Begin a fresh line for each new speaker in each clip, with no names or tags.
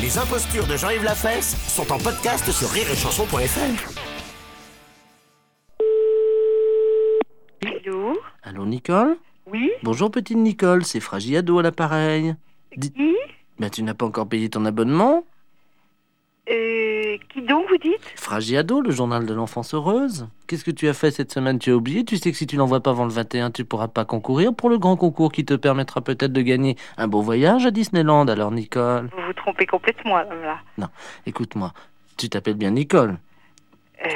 Les impostures de Jean-Yves Lafesse sont en podcast sur rireetchanson.fr.
Allô
Allô Nicole
Oui
Bonjour petite Nicole, c'est Fragiado à l'appareil. Dis-
Qui
Ben tu n'as pas encore payé ton abonnement
euh, Qui donc vous dites
Fragiado, le journal de l'enfance heureuse. Qu'est-ce que tu as fait cette semaine Tu as oublié Tu sais que si tu l'envoies pas avant le 21, tu pourras pas concourir pour le grand concours qui te permettra peut-être de gagner un beau voyage à Disneyland. Alors Nicole,
Vous vous trompez complètement là.
écoute-moi, tu t'appelles bien Nicole,
Euh,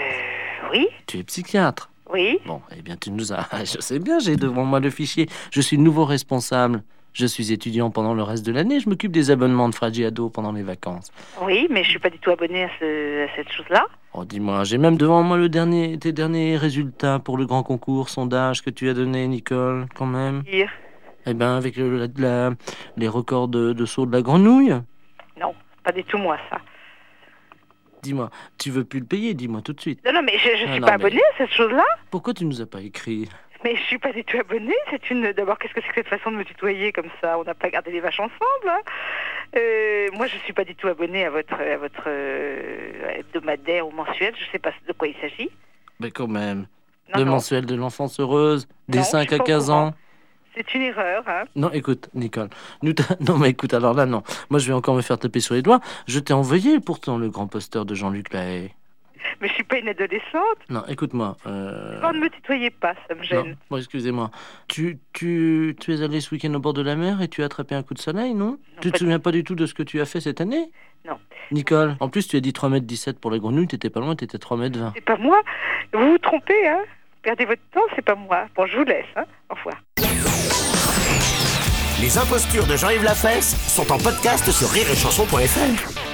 oui
tu es psychiatre.
Oui
Bon, eh bien tu nous as... Je sais bien, j'ai devant moi le fichier. Je suis nouveau responsable. Je suis étudiant pendant le reste de l'année. Je m'occupe des abonnements de Fragiado pendant les vacances.
Oui, mais je suis pas du tout abonnée à, ce- à cette chose-là.
Oh, dis-moi, j'ai même devant moi le dernier, tes derniers résultats pour le grand concours sondage que tu as donné, Nicole, quand même.
Dire.
Eh ben, avec le- la- la- les records de, de saut de la grenouille.
Pas du tout moi, ça.
Dis-moi, tu veux plus le payer, dis-moi tout de suite.
Non, non, mais je, je
Ah,
suis
non,
pas
mais-
abonnée à cette chose-là.
Pourquoi tu nous as pas écrit
Mais je suis pas du tout abonnée. C'est une. D'abord, qu'est-ce que c'est que cette façon de me tutoyer comme ça On n'a pas gardé les vaches ensemble. hein. Euh, moi, je suis pas du tout abonnée à votre, à votre euh, hebdomadaire ou mensuel. Je sais pas de quoi il s'agit.
Ben, quand même.
Non,
le
non,
mensuel de l'enfance heureuse, des
Non, je
5
suis
à
pas au
15
courant.
ans.
c'est une erreur. Hein.
Non, écoute, Nicole. Nous t'a- non, mais écoute, alors là, non. Moi, je vais encore me faire taper sur les doigts. Je t'ai envoyé pourtant le grand poster de Jean-Luc Lahaye.
Mais je suis pas une adolescente.
Non, écoute-moi. euh,
Non, Oh, ne me tutoyez pas, ça me
Non,
gêne.
bon, excusez-moi. Tu, tu, tu es allé ce week-end au bord de la mer et tu as attrapé un coup de soleil, non, Tu te
pas du
souviens pas du tout de ce que tu as fait cette année
Non.
Nicole, en plus, tu as dit 3m17 pour les grenouilles, t'étais pas loin, t'étais 3m20.
C'est pas moi. Vous vous trompez, hein Perdez votre temps, c'est pas moi. Bon, je vous laisse, hein Au revoir.
Les impostures de Jean-Yves Lafesse sont en podcast sur rireetchanson.fr.